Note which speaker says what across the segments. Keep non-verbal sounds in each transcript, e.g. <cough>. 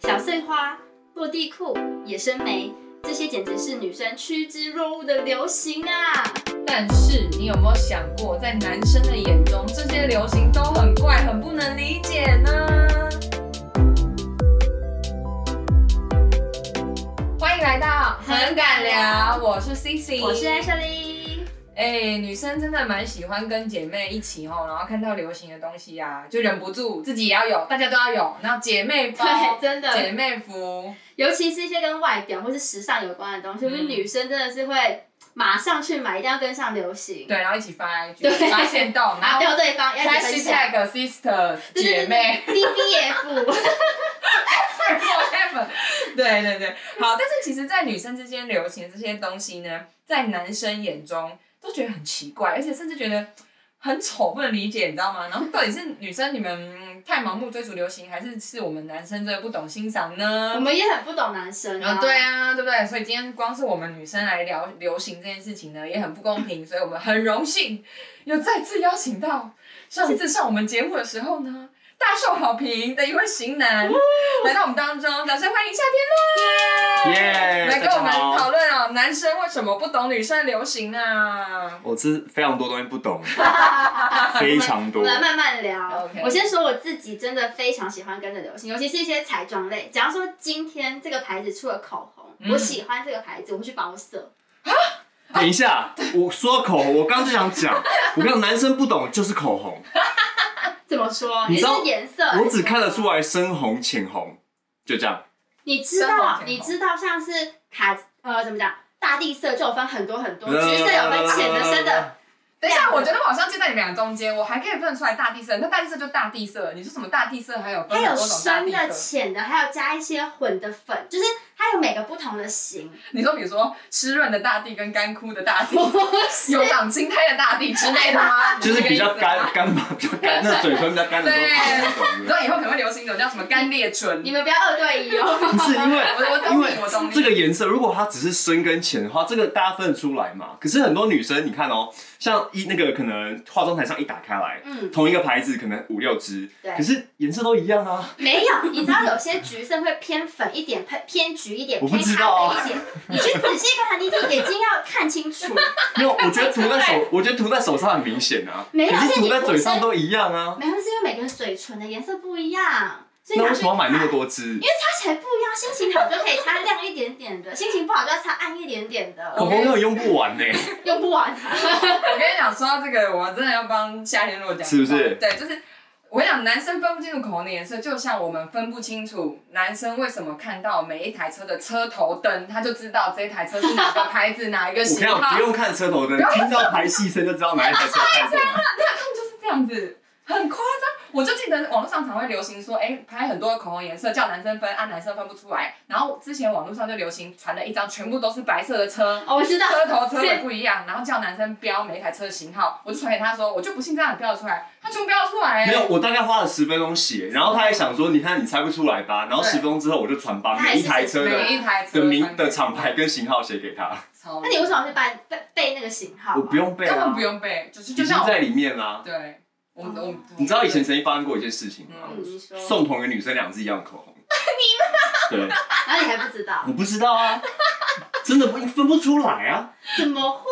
Speaker 1: 小碎花、落地裤、野生眉，这些简直是女生趋之若鹜的流行啊！
Speaker 2: 但是你有没有想过，在男生的眼中，这些流行都很怪，很不能理解呢？欢迎来到很敢聊，我是 C C，
Speaker 1: 我是 Ashley，
Speaker 2: 哎、女生真的蛮喜欢跟姐妹一起吼，然后看到流行的东西啊，就忍不住自己也要有，大家都要有，然后姐妹包、
Speaker 1: <laughs> 对，真
Speaker 2: 姐
Speaker 1: 的，
Speaker 2: 妹服，
Speaker 1: 尤其是一些跟外表或是时尚有关的东西，我觉得
Speaker 2: 嗯
Speaker 1: 女生真的是会马上去买，一定要跟上流行，
Speaker 2: 对，然后一起发 IG，
Speaker 1: 对
Speaker 2: 发现动，然
Speaker 1: 拿
Speaker 2: 后
Speaker 1: 掉 <laughs> 对方，要一起分享。
Speaker 2: hashtag sisters
Speaker 1: 对对对
Speaker 2: 姐妹。
Speaker 1: ，B B F，
Speaker 2: <laughs> 对对对，好，但是其实，在女生之间流行的这些东西呢，在男生眼中都觉得很奇怪，而且甚至觉得很丑，不能理解，你知道吗？然后到底是女生你们太盲目追逐流行，还是是我们男生真的不懂欣赏
Speaker 1: 我
Speaker 2: 呢？
Speaker 1: 们也很不懂男生
Speaker 2: 然
Speaker 1: 啊。
Speaker 2: 后对啊，对不对？所以今天光是我们女生来聊流行这件事情呢，也很不公平。所以我们很荣幸有再次邀请到上次上我们节目的时候呢，大受好评的一位型男来到我们当中，掌声欢迎夏天乐！
Speaker 3: 耶
Speaker 2: 来跟我们
Speaker 3: 大家好
Speaker 2: 讨论哦，男生为什么不懂女生流行啊？
Speaker 3: 我是非常多东西不
Speaker 2: <laughs>
Speaker 3: 懂，非常多
Speaker 1: 我。们慢慢聊。
Speaker 2: OK
Speaker 1: 我先说我自己真的非常喜欢跟着流行，尤其是一些彩妆类。假如说今天这个牌子出了口红，
Speaker 2: 嗯
Speaker 1: 我喜欢这个牌子，我会去包色。
Speaker 3: 等一下，我说口红，我刚刚就想讲，我跟男生不懂就是
Speaker 2: <laughs>
Speaker 3: 口红，
Speaker 1: 怎么说？
Speaker 3: 你知道
Speaker 1: 是颜色？
Speaker 3: 我只看得出
Speaker 1: 来。
Speaker 3: 来深红、浅红，就这样。
Speaker 1: 你知
Speaker 2: 深红
Speaker 1: 道
Speaker 2: 浅，红
Speaker 1: 你知道像是卡呃怎么讲？大地色就有分很多很
Speaker 3: 嗯
Speaker 1: 多，橘色有分浅的、深的。
Speaker 2: 等一下，我觉得我好像就在你们俩中间，我还可以分得出来大地色，那大地色就大地色，你说什么大地色还有分
Speaker 1: 它
Speaker 2: 很
Speaker 1: 有
Speaker 2: 多种大
Speaker 1: 深的、
Speaker 2: 地色？
Speaker 1: 浅的，还有加一些混的粉，就是它有每个不同的型。
Speaker 3: <laughs>
Speaker 2: 你说比如说湿润的大地跟干枯的大地，
Speaker 1: 有
Speaker 2: <laughs> 有长青苔的大地之类的吗？
Speaker 3: <laughs> 就是比较
Speaker 2: 你啊这个意思吗
Speaker 3: 干。干嘛，比较干，那嘴唇比较干的时候
Speaker 2: 对
Speaker 3: 才懂
Speaker 2: 你知
Speaker 3: 的。
Speaker 2: 道以后可能会流行一种叫什么干裂唇？
Speaker 1: 你们不要二对一哦。
Speaker 3: 不是因为
Speaker 2: 我我
Speaker 3: 因
Speaker 2: 懂
Speaker 3: 为
Speaker 2: 你，我懂你。
Speaker 3: 这个颜色，如果它只是深跟浅的话，这个大家分得出来嘛。可是很多女生，你看哦，像一那个可能化妆台上一打开来，
Speaker 1: 嗯，
Speaker 3: 同一个牌子可能五六支，
Speaker 1: 对
Speaker 3: 可是颜色都一样啊。
Speaker 1: 没有，你知道有些橘色会偏粉一点，偏偏橘一点，
Speaker 3: 我不
Speaker 1: 偏
Speaker 3: 知道
Speaker 1: 咖
Speaker 3: 啊
Speaker 1: 啡一点。你去仔细看，你眼睛要看清楚。
Speaker 3: <laughs> 没有，我觉得涂在手，我觉得涂在手上很明显啊，
Speaker 1: 没有
Speaker 3: 可
Speaker 1: 而且
Speaker 3: 是
Speaker 1: 你
Speaker 3: 涂在嘴
Speaker 1: 涂
Speaker 3: 上
Speaker 1: 在
Speaker 3: 都一样啊。
Speaker 1: 没有，是因为每个人嘴唇的颜色不一样，所以
Speaker 3: 那
Speaker 1: 拿
Speaker 3: 为
Speaker 1: 去
Speaker 3: 什么要买那么
Speaker 1: 看？
Speaker 3: 多支
Speaker 1: 啊因？为擦起来不一样，心情好就可以擦亮一点点的，心情不好就要擦暗一点点
Speaker 3: 口
Speaker 1: 的，
Speaker 3: 红都用不完呢、
Speaker 1: 用不完啊。 <laughs>
Speaker 2: 我跟你讲，说到这个，我真的要帮夏天洛讲，
Speaker 3: 是不是
Speaker 2: 对，就是我跟你讲，男生分不清楚口红的颜色，就像我们分不清楚男生为什么看到每一台车的车头灯，他就知道这一台车是哪个牌子、哪一个
Speaker 3: <laughs> 我跟你
Speaker 2: 型
Speaker 3: 讲，
Speaker 2: 号，
Speaker 3: 不
Speaker 2: 就
Speaker 3: 用看车头灯，听到排戏声就知道哪一台车开什么。
Speaker 2: <laughs> 是这样子。很夸张，我就记得网络上常会流行说，哎、拍很多口红颜色，叫男生分，啊男生分不出来。然后之前网络上就流行传了一张全部都是白色的车，
Speaker 3: <laughs>
Speaker 1: 哦，我知道，
Speaker 2: 车头车尾不一样，然后叫男生标每一台车的型号，我就传给他说，我就不信这样标得出来，他全标出来、欸。
Speaker 3: 没有，我大概花了十分钟写，然后他还想说，你看你猜不出来吧？然后
Speaker 2: 对
Speaker 3: 十分钟之后，我就传把
Speaker 1: 他还是
Speaker 3: 每一台车的
Speaker 2: 每一台车
Speaker 3: 的名的厂牌跟型号写给他，
Speaker 2: 超
Speaker 1: 那你为什么要去背背背那个型号啊？
Speaker 3: 我不用背
Speaker 2: 根本
Speaker 3: 啊
Speaker 2: 不，用背，就是
Speaker 3: 已
Speaker 2: 就
Speaker 3: 经
Speaker 2: 像我
Speaker 3: 在里面啦。
Speaker 2: 对，我们我们
Speaker 3: 你知道以前曾经发生过一件事情吗？
Speaker 1: 嗯，你说，
Speaker 3: 送同一个女生两支一样的口红。你对。
Speaker 1: 然后你还不知道
Speaker 3: 我，不知道啊， <laughs> 真的不分不出来啊，
Speaker 1: 怎么会？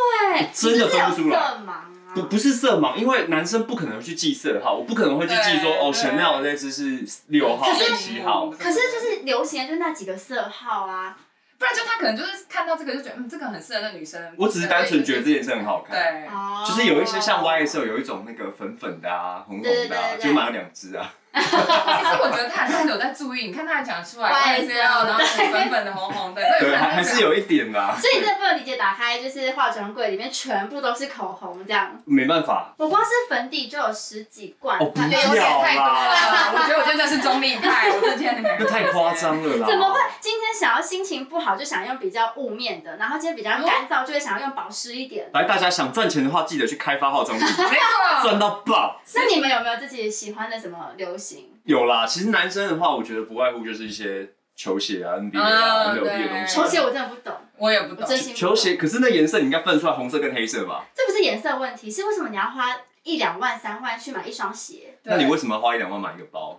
Speaker 3: 真的分不
Speaker 1: 你是是
Speaker 3: 出来
Speaker 1: 有色盲啊
Speaker 3: 不不是色盲，因为男生不可能去记色号，我不可能会去记说
Speaker 2: 对
Speaker 3: 哦
Speaker 2: 对
Speaker 3: ，Chanel 的那只是六号、
Speaker 1: 可是嗯
Speaker 3: 七号，
Speaker 1: 可是就是流行的就那几个色号啊，
Speaker 2: 不然就他可能就是看到这个就觉得嗯这个很适合那女生，
Speaker 3: 我只是单纯觉得这件事很好看。
Speaker 2: 对。
Speaker 1: 哦，
Speaker 3: 就是有一些像 YSL 有一种那个粉粉的啊，红红的
Speaker 1: 对对对
Speaker 3: 啊，
Speaker 1: 对对
Speaker 3: 就买了两只啊。
Speaker 2: 其实我觉得他还是有在注意，你看他还讲得出来
Speaker 1: YSL
Speaker 2: 然后粉粉的红红的，
Speaker 3: 对，
Speaker 2: 对
Speaker 3: 还还是有一点的啊。
Speaker 1: 所以你真的不能理解，打开就是化妆柜里面全部都是口红这样。
Speaker 3: 没
Speaker 1: <laughs>
Speaker 3: 办法，
Speaker 1: 我光是粉底就有十几罐，
Speaker 3: 哦不
Speaker 1: 那
Speaker 2: 有点太多了。我觉得我真的是中立派，我之前
Speaker 3: 那太夸张了啦。
Speaker 1: 怎么会？今天想要心情不好就想用比较雾面的，然后今天比较干燥就会想要用保湿一点。
Speaker 3: 来，大家想赚钱的话，记得去开发化
Speaker 1: <laughs>
Speaker 3: 妆品，
Speaker 2: 没错，
Speaker 3: 赚到爆。
Speaker 1: 那你们有没有自己喜欢的什么流行？
Speaker 3: 有啦，其实男生的话，我觉得不外乎就是一些球鞋啊、NBA 啊、
Speaker 2: 嗯
Speaker 3: MLB 的东西。
Speaker 1: 球鞋我真的不懂，
Speaker 2: 我也不
Speaker 1: 我
Speaker 2: 懂
Speaker 1: 真。心不懂
Speaker 3: 嗯球鞋，可是那颜色你应该分出来红色跟黑色吧？
Speaker 1: 这不是颜色问题，是为什么你要花一两万、三万去买一双鞋？
Speaker 2: 对
Speaker 3: 那你为什么要花一两万买一个包？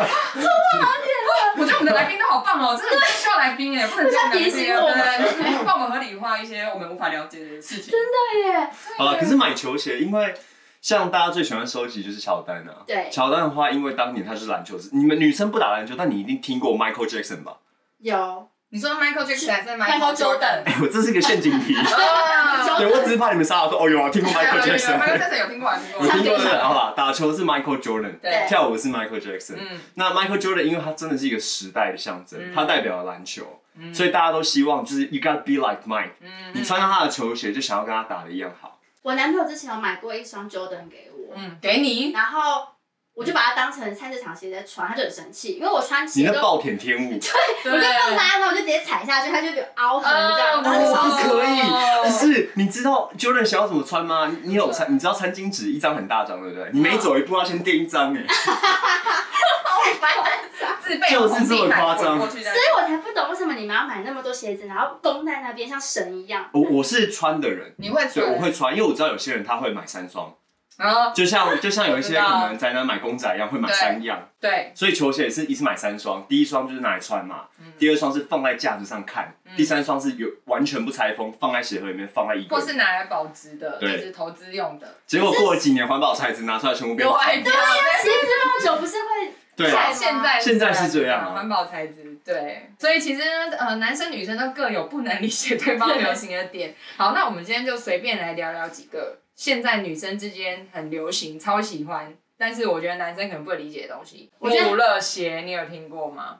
Speaker 2: 我觉得我们的来宾都好棒哦，真的需要来宾哎，不能这样
Speaker 1: 这是在提醒我们
Speaker 2: 对，帮我们合理化一些我们无法了解的事情。真的，
Speaker 1: 对耶，
Speaker 3: 好了，可是买球鞋，因为像大家最喜欢收集就是乔丹啊。
Speaker 1: 对
Speaker 3: 乔丹的话，因为当年他是篮球之，你们女生不打篮球，但你一定听过 Michael Jackson 吧？ <laughs>
Speaker 1: 有
Speaker 2: 你说 Michael Jackson 还是
Speaker 1: Michael Jordan
Speaker 3: 哎、我这是一个陷阱题。
Speaker 2: 哦
Speaker 3: 对，我只是怕你们傻傻说，哦，有啊，听过
Speaker 2: <laughs>
Speaker 3: Michael
Speaker 2: Michael
Speaker 3: Jackson，
Speaker 2: Jackson 有听过，有
Speaker 3: 我
Speaker 2: 听
Speaker 3: 听
Speaker 2: 过。
Speaker 3: 过的。哦好啦，打球是 Michael Jordan，
Speaker 1: 对
Speaker 3: 跳舞是 Michael Jackson。
Speaker 2: 嗯
Speaker 3: 那 Michael Jordan，因为他真的是一个时代的象征，他代表了篮球，
Speaker 2: 嗯
Speaker 3: 所以大家都希望就是 you gotta be like Mike，、
Speaker 2: 嗯
Speaker 3: 你穿上他的球鞋就想要跟他打的一样好。
Speaker 1: 我男朋友之前有买过一双 Jordan 给我，
Speaker 2: 嗯，给你。
Speaker 1: 然后我就把它当成菜市场鞋在穿，他就很生气，因为我穿
Speaker 3: 你
Speaker 1: 鞋
Speaker 3: 那
Speaker 1: 都。
Speaker 3: 暴殄天物，
Speaker 2: 对
Speaker 1: 我就更拉，然后我就直接踩下去，他就给我凹痕
Speaker 2: 嗯
Speaker 1: 这样，然后就
Speaker 3: 哦
Speaker 1: 超
Speaker 3: 不
Speaker 1: 生气
Speaker 3: 可以
Speaker 2: 哦
Speaker 3: 可是你知道 Jordan 想要怎么穿吗？你你有餐，你知道餐巾纸一张很大张，对不对？你每走一步要先垫一张哎、
Speaker 2: 自备
Speaker 3: 就是这么夸张
Speaker 2: 过去再
Speaker 1: 所以我才不懂为什么你们要买那么多鞋子，然后绷在那边像神一样。
Speaker 3: 我我是穿的人，
Speaker 2: 你会
Speaker 3: 对，
Speaker 2: 穿，
Speaker 3: 我会穿，因为我知道有些人他会买三双，
Speaker 2: 然后
Speaker 3: 就像就像有一些
Speaker 2: 我知道
Speaker 3: 可能宅男买公仔一样会买三样，
Speaker 2: 对，
Speaker 3: 所以球鞋也是一次买三双，第一双就是拿来穿嘛，第二双是放在架子上看，第三双是有完全不拆封，放在鞋盒里面，放在衣柜
Speaker 2: 或。是拿来保值的，就
Speaker 3: 对
Speaker 2: 是投资用的，
Speaker 3: 结果过了几年环保材质拿出来全部变
Speaker 2: 有
Speaker 3: 废
Speaker 2: 爱
Speaker 3: 了
Speaker 2: 掉。对
Speaker 1: 鞋子放久不是会
Speaker 3: 对
Speaker 1: 啊
Speaker 3: 啊，
Speaker 2: 现在
Speaker 3: 现在是这样啊
Speaker 2: 环保材质对，所以其实呢，呃，男生女生都各有不能理解对方流行的点。好，那我们今天就随便来聊聊几个现在女生之间很流行、超喜欢，但是我觉得男生可能不会理解的东西。
Speaker 1: 我觉得
Speaker 2: 穆勒鞋，你有听过吗？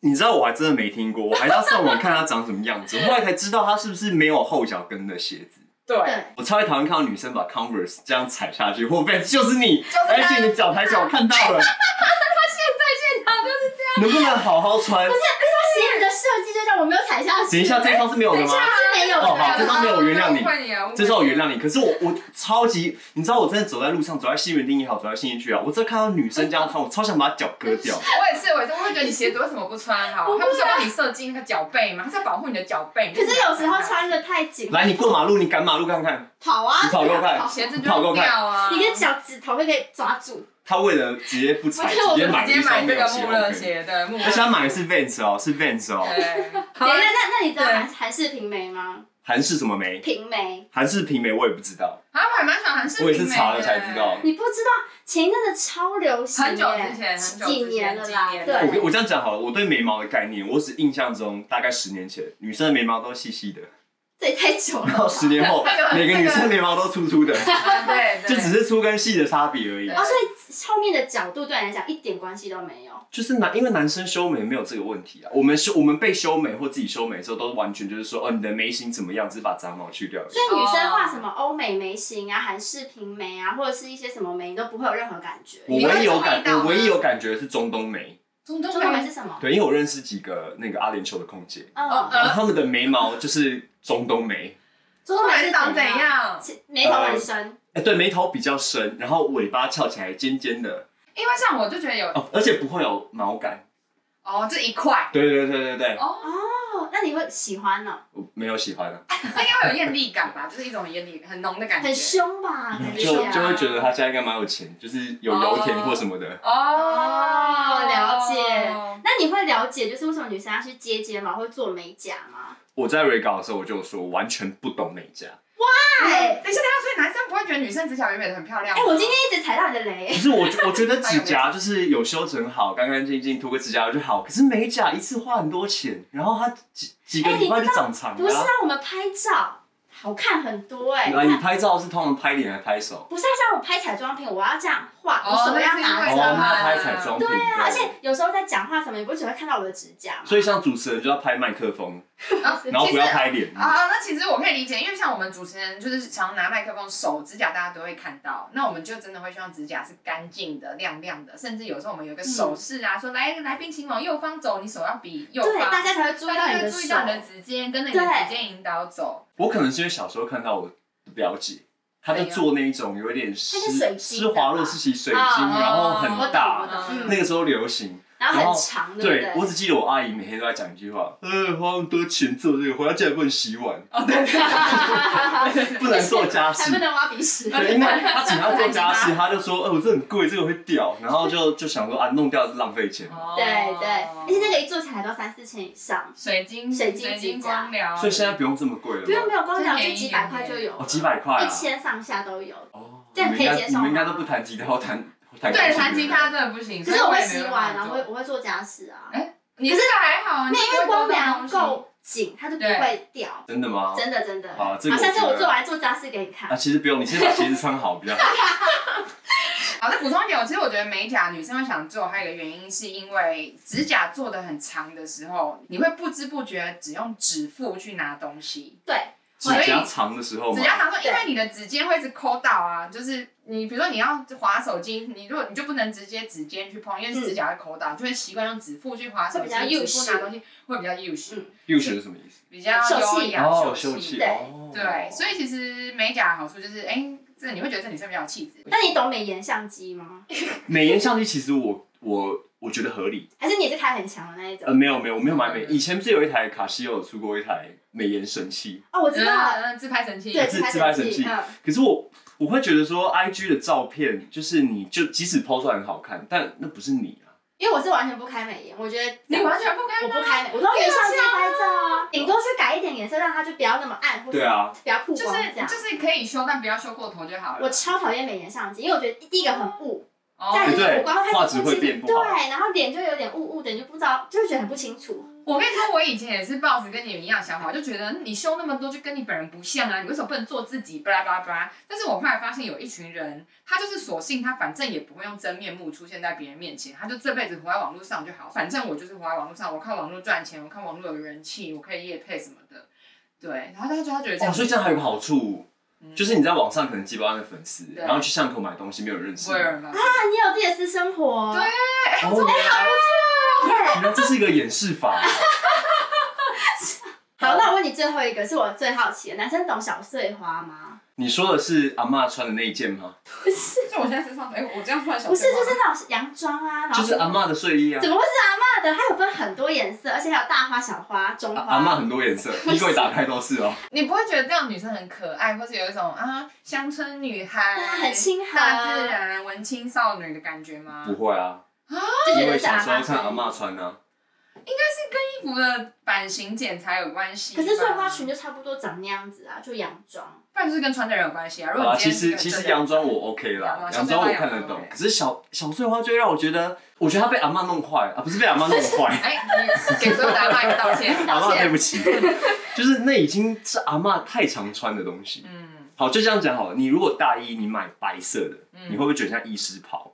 Speaker 3: 你知道我还真的没听过，我还要上网看它长什么样子，后来才知道它是不是没有后脚跟的鞋子。
Speaker 2: 对，
Speaker 1: 对，
Speaker 3: 我超级讨厌看到女生把 Converse 这样踩下去，或被就是你，
Speaker 2: 他
Speaker 3: 而且你脚抬起来，我看到了，
Speaker 2: 现场就是这样。
Speaker 3: 能不能好好穿？
Speaker 1: 鞋子的设计就让我没有踩下去。
Speaker 3: 等一下，这一双是没有的吗？
Speaker 1: 是没有的。
Speaker 3: 哦好这
Speaker 1: 然
Speaker 3: 双
Speaker 1: 后
Speaker 3: 没有我原谅你
Speaker 2: 误会你啊，误会
Speaker 3: 这时候我原谅你，可是我我超级，你知道我真的走在路上，走在西园町也好，走在新一区啊，我真的看到女生这样穿，我超想把脚割掉。
Speaker 2: 我也是，我也是，我会觉得你鞋子为什么不穿好？
Speaker 1: 我不会啊
Speaker 2: 他不是帮你设计那个脚背吗？他在保护你的脚背。
Speaker 1: 可是有时候穿的太紧，
Speaker 3: 来，你过马路，你赶马路看看，
Speaker 1: 跑啊，
Speaker 3: 你跑够快
Speaker 2: 鞋子就
Speaker 3: 跑
Speaker 2: 会
Speaker 3: 够看
Speaker 2: 掉啊。
Speaker 1: 你的脚趾头会被抓住。
Speaker 3: 他为了直接不踩，
Speaker 1: 我觉得
Speaker 3: 直
Speaker 1: 我
Speaker 3: 接
Speaker 1: 们
Speaker 3: 买
Speaker 2: 直
Speaker 3: 一
Speaker 2: 接
Speaker 3: 双
Speaker 2: 买
Speaker 3: 没
Speaker 2: 这
Speaker 3: 有
Speaker 2: 个
Speaker 3: 鞋
Speaker 2: 穆
Speaker 3: 我
Speaker 2: 勒
Speaker 3: 跟你
Speaker 2: 鞋，对，穆勒
Speaker 3: <laughs> 而且他买的是 Vans 哦，是 Vans 哦，
Speaker 2: 对，好
Speaker 1: 等一下，那那你知道
Speaker 2: 对
Speaker 1: 韩韩式平眉吗？
Speaker 3: 韩式什么梅，
Speaker 1: 平眉，
Speaker 3: 韩式平眉我也不知道，
Speaker 2: 啊，我还蛮喜欢韩式
Speaker 3: 我也
Speaker 2: 平
Speaker 3: 是
Speaker 2: 眉
Speaker 3: 查
Speaker 2: 的
Speaker 3: 了才知道。
Speaker 1: 你不知道前一阵子超流行耶，
Speaker 2: 很久之前，很久之前
Speaker 1: 几年了啦
Speaker 2: 几年
Speaker 3: 我
Speaker 1: 对
Speaker 3: 跟我这样讲好了，我对眉毛的概念，我只印象中大概十年前，女生的眉毛都细细的， <laughs>
Speaker 1: 这也太久了
Speaker 3: 然。后十年
Speaker 2: <laughs>
Speaker 3: 后
Speaker 2: 那，个
Speaker 3: 每个女生眉毛都粗粗的，
Speaker 2: 嗯 <laughs> 对，
Speaker 3: 就只
Speaker 2: 是
Speaker 3: 是粗跟细的差别而已
Speaker 2: 对。
Speaker 1: 哦，所以后面的角度对你来讲一点关系都没有。
Speaker 3: 就是男，因为男生修眉没有这个问题啊，我们修我们被修眉或自己修眉的时候，都完全就是说，哦，你的眉形怎么样，只是把杂毛去掉而已。
Speaker 1: 所以女生画什么
Speaker 2: 哦
Speaker 1: 欧美眉型啊、韩式平眉啊，或者是一些什么眉，你都不会有任何感觉。
Speaker 3: 我
Speaker 2: 你会
Speaker 3: 唯一有
Speaker 2: 注意
Speaker 3: 感，
Speaker 2: 到吗
Speaker 3: 我唯一有感觉是中东眉，
Speaker 2: 中
Speaker 1: 中
Speaker 2: 东
Speaker 1: 国眉
Speaker 2: 美
Speaker 1: 是什么？
Speaker 3: 对，因为我认识几个那个阿联酋的空姐，
Speaker 1: 嗯，
Speaker 2: 呃
Speaker 3: 然后他们的眉毛就是中东眉，
Speaker 1: 中
Speaker 2: 东
Speaker 1: 国
Speaker 2: 美
Speaker 1: 眉
Speaker 2: 是
Speaker 1: 是
Speaker 2: 长
Speaker 1: 长
Speaker 2: 怎
Speaker 1: 怎样？
Speaker 2: 样？
Speaker 1: 其眉头很深，
Speaker 3: 哎，对，眉头比较深，然后尾巴翘起来尖尖的，
Speaker 2: 因为像我就觉得有
Speaker 3: 哦，而且不会有毛感。
Speaker 2: 哦，这一块
Speaker 3: 对对对对对，
Speaker 2: 哦，
Speaker 1: 哦，那你会喜欢哦呢？
Speaker 3: 我没有喜欢啊，
Speaker 2: 那应该会有艳丽感吧，就是一种艳丽很浓的感觉
Speaker 1: 很。凶吧？感
Speaker 3: 嗯就
Speaker 1: 觉啊
Speaker 3: 就会觉得他现在应该蛮有钱，就是有油田或什么的。
Speaker 2: 哦，
Speaker 1: 哦了解那你会了解就是为什么女生要去接睫毛或做美甲吗？
Speaker 3: 我在 re 稿的时候，我就有说我完全不懂美甲，
Speaker 1: 哎
Speaker 2: 等一下，等一下，所以男生不会觉得女生指甲原本很漂亮吗。
Speaker 1: 哎，我今天一直踩到你的雷
Speaker 3: 可。是我觉我觉得指甲就是有修整好，干干净净涂个指甲油就好。可是美甲一次花很多钱，然后它几几个礼拜就长长
Speaker 1: 不
Speaker 3: 了、
Speaker 1: 是
Speaker 3: 啊。
Speaker 1: 让我们拍照好看很多哎，
Speaker 3: 来，你拍照是通常拍脸还是拍手？
Speaker 1: 不是啊像我拍彩妆品，我要这样画，
Speaker 2: 哦
Speaker 1: 我手要拿着
Speaker 2: 拍那是因为
Speaker 3: 哦，
Speaker 2: 照
Speaker 1: 嘛。
Speaker 3: 那拍彩妆品。对
Speaker 1: 啊而且有时候在讲话什么，你不只会看到我的指甲吗？
Speaker 3: 所以像主持人就要拍麦克风，
Speaker 2: 啊
Speaker 3: 然后不要
Speaker 2: 其实
Speaker 3: 拍脸。
Speaker 2: 啊，那其实我可以理解，因为像我们主持人就是常拿麦克风，手指甲大家都会看到，那我们就真的会希望指甲是干净的、亮亮的，甚至有时候我们
Speaker 1: 嗯
Speaker 2: 有一个手势啊，说来来宾请往右方走，你手要比右
Speaker 1: 对，
Speaker 2: 方，
Speaker 1: 大家才会注意到你
Speaker 2: 大家
Speaker 1: 的
Speaker 2: 会注意到你的
Speaker 1: 手。
Speaker 2: 指尖，跟着你的指尖引导走。
Speaker 3: 我可能是因为小时候看到我表姐，她就做那一种有一点
Speaker 1: 哎她是
Speaker 3: 施
Speaker 1: 水晶
Speaker 3: 施
Speaker 1: 的吧
Speaker 3: 华洛世奇水晶，
Speaker 1: 哦
Speaker 3: 然后
Speaker 1: 我
Speaker 3: 很
Speaker 1: 懂，我
Speaker 3: 大，
Speaker 1: 懂。
Speaker 3: 那
Speaker 1: 嗯，
Speaker 3: 个时候流行。
Speaker 1: 然后很长，对不
Speaker 3: 对我只记得我阿姨每天都在讲一句话：，呃，花那么多钱做这个，回到家也不能洗碗，
Speaker 2: 哦，对对
Speaker 3: <laughs> 不能做家
Speaker 1: 还 <laughs>
Speaker 3: 事
Speaker 1: 不。能挖鼻屎。
Speaker 3: 对，因为他请他做
Speaker 1: <laughs>
Speaker 3: 家事，他就说：“呃，我这很贵，这个会掉。”然后就就想说啊，弄掉是浪费
Speaker 1: 哦
Speaker 3: 钱。
Speaker 1: <laughs> 对对，而且那个一做起来都三四千以上，
Speaker 2: 哦水晶
Speaker 1: 水晶指甲
Speaker 2: 光疗，
Speaker 3: 所以现在不用这么贵了吗。
Speaker 1: 不用不用，光疗
Speaker 2: 便
Speaker 1: 就
Speaker 2: 宜
Speaker 1: 几百块就有了，
Speaker 3: 哦，几百块啊
Speaker 1: 一！千上下都有。
Speaker 3: 哦，
Speaker 1: 这样
Speaker 3: 你们应
Speaker 1: 可以
Speaker 3: 该
Speaker 1: 接
Speaker 3: 你
Speaker 1: 受吗
Speaker 3: 们应该都不弹吉他，我弹弹钢
Speaker 2: 对
Speaker 3: 琴
Speaker 2: 弹吉他真的不行，
Speaker 1: 可
Speaker 2: 所以
Speaker 1: 是我会
Speaker 2: 也没
Speaker 1: 洗
Speaker 2: 办法
Speaker 1: 碗啊，
Speaker 2: 做
Speaker 1: 我会我会做家事啊。
Speaker 2: 哎你这个还好啊，
Speaker 1: 那因为
Speaker 2: 你不会
Speaker 1: 光
Speaker 2: 动到
Speaker 1: 疗
Speaker 2: 东西，
Speaker 1: 够紧，它就不会掉。
Speaker 3: 真的吗？
Speaker 1: 真的真的。
Speaker 3: 啊这个我
Speaker 1: 下次
Speaker 3: 觉得
Speaker 1: 我做完做家事给你看
Speaker 3: 啊，。其实不用，你先把鞋子穿好
Speaker 2: <laughs>
Speaker 3: 比较好。
Speaker 2: 好，再补充一点，其实我觉得美甲女生会想做，还有一个原因是因为指甲做的很长的时候，你会不知不觉只用指腹去拿东西。
Speaker 1: 对，
Speaker 3: 指甲长的时候嘛
Speaker 2: 指，甲长说，因
Speaker 1: 对
Speaker 2: 为你的指尖会一直抠到啊，就是你比如说你要滑手机，你如果你就不能直接指尖去碰，因为指甲会抠到，就会习惯用指腹去滑手
Speaker 1: 会
Speaker 2: 机，
Speaker 1: 比较
Speaker 2: 指
Speaker 1: 幼
Speaker 2: 腹
Speaker 1: 稚
Speaker 2: 拿东西会比较幼稚，
Speaker 1: 嗯
Speaker 3: 幼学是什么意思？
Speaker 2: 比较
Speaker 1: 秀气
Speaker 2: 优雅
Speaker 3: 秀
Speaker 2: 气。
Speaker 1: 对
Speaker 3: 哦
Speaker 2: 对，所以其实美甲的好处就是，哎、这你会觉得这女生比较有气质。
Speaker 1: 那你懂美颜相机吗？
Speaker 3: 美颜相机其实我我我觉得合理。
Speaker 1: 还是你也是开很强的那一
Speaker 3: 呃，
Speaker 1: 种？
Speaker 3: 没有没有，我没有买
Speaker 2: 嗯
Speaker 3: 美，以前不是有一台卡西欧有出过一台美颜神器，
Speaker 1: 哦，我知道，
Speaker 2: 嗯，自拍神器。
Speaker 1: 对，
Speaker 3: 自
Speaker 1: 拍
Speaker 3: 自拍神
Speaker 1: 器，
Speaker 3: 器
Speaker 1: 嗯，
Speaker 3: 可是我我会觉得说，I G 的照片就是你就即使 PO 出来很好看，但那不是你啊。
Speaker 1: 因为我是完全不开美颜，我觉得
Speaker 2: 你完全不啊开吗
Speaker 1: 我不开美，我都用相机拍照啊，顶多去改一点颜色，让它就不要那么暗，或
Speaker 3: 对
Speaker 1: 者
Speaker 3: 啊，
Speaker 1: 不要曝
Speaker 2: 就
Speaker 1: 光
Speaker 2: 是
Speaker 1: 这样
Speaker 2: 就。是可以修，但不要修过头就好了。
Speaker 1: 我超讨厌美颜相机，因为我觉得第一个很雾，
Speaker 2: 哦
Speaker 1: 再来就
Speaker 3: 对
Speaker 1: 是五官
Speaker 3: 画
Speaker 1: 开
Speaker 3: 质
Speaker 1: 始不
Speaker 3: 会
Speaker 1: 清
Speaker 3: 变
Speaker 1: 楚，
Speaker 3: 不好
Speaker 1: 对，然后脸就有点雾雾的，你就不知道，就会觉得很不清楚。
Speaker 2: 我跟你说，我以前也是抱着跟你们一样想法，就觉得你修那么多就跟你本人不像啊，你为什么不能做自己？巴拉巴拉巴拉。但是我后来发现有一群人，他就是索性他反正也不会用真面目出现在别人面前，他就这辈子活在网络上就好。反正我就是活在网络上，我靠网络赚钱，我看网络有人气，我可以夜配什么的。对，然后他就他觉得这
Speaker 3: 哦，
Speaker 2: 样，
Speaker 3: 所以这样还有个好处，就是你在网上可能几百万的粉丝，
Speaker 2: 嗯对
Speaker 3: 然后去巷口买东西没有人认识
Speaker 2: 不会
Speaker 3: 你，
Speaker 2: 有
Speaker 3: 哦，
Speaker 2: 人吧？
Speaker 1: 啊，你有自己的私生活，
Speaker 2: 啊
Speaker 1: 对，
Speaker 3: 原来这是一个演示法。
Speaker 1: 好，那我问你最后一个，是我最好奇的，男生懂小碎花吗？
Speaker 3: 你说的是阿嬷穿的那一件吗？
Speaker 1: 不是，
Speaker 2: 就我现在身上，哎、我这样突然想，
Speaker 1: 不是，就是那种洋装啊，然后
Speaker 3: <laughs> 就是阿嬷的睡衣啊
Speaker 1: 怎，么会是阿嬷的？它有分很多颜色，而且还有大花、小花、中
Speaker 3: 啊
Speaker 1: 花。哦
Speaker 3: 阿嬷很多颜色，衣柜打开都是哦。
Speaker 2: 你不会觉得这样女生很可爱，或是有一种啊乡村女孩，
Speaker 1: 啊很亲和
Speaker 2: 大自然文青少女的感觉吗？
Speaker 3: 不会啊，
Speaker 1: 就觉
Speaker 3: 因为
Speaker 1: 得是
Speaker 3: 小
Speaker 1: 阿
Speaker 3: 时候
Speaker 1: 嬷
Speaker 3: 看阿
Speaker 1: 穿
Speaker 3: 嬷
Speaker 1: 的。
Speaker 3: 穿啊。
Speaker 2: 衣服的版型剪裁有关系吧，
Speaker 1: 可是碎花裙就差不多长那样子啊，就洋装。
Speaker 2: 不然就是跟穿的人有关系啊。如
Speaker 3: 啊，
Speaker 2: 果
Speaker 3: 其
Speaker 2: 你今
Speaker 3: 实
Speaker 2: 天
Speaker 3: 其
Speaker 2: 是
Speaker 3: 实
Speaker 2: 个
Speaker 3: 洋装我 OK 啦，洋
Speaker 2: 洋装
Speaker 3: 装我
Speaker 2: 小碎花
Speaker 3: 看得懂
Speaker 2: 洋装，
Speaker 3: 可是小小碎花就会让我觉得，我觉得她被阿嬷弄坏啊，不是被阿嬷弄坏，
Speaker 2: 哎，你给所有的阿妈一个道歉，<laughs>
Speaker 3: 阿
Speaker 2: 道
Speaker 3: 嬷对
Speaker 2: 歉。
Speaker 3: 不起， <laughs> 就是那已经是阿嬷太常穿的东西。
Speaker 2: 嗯，
Speaker 3: 好，就这样讲好了。你如果大衣你买白色的，你会不会觉得像医师袍？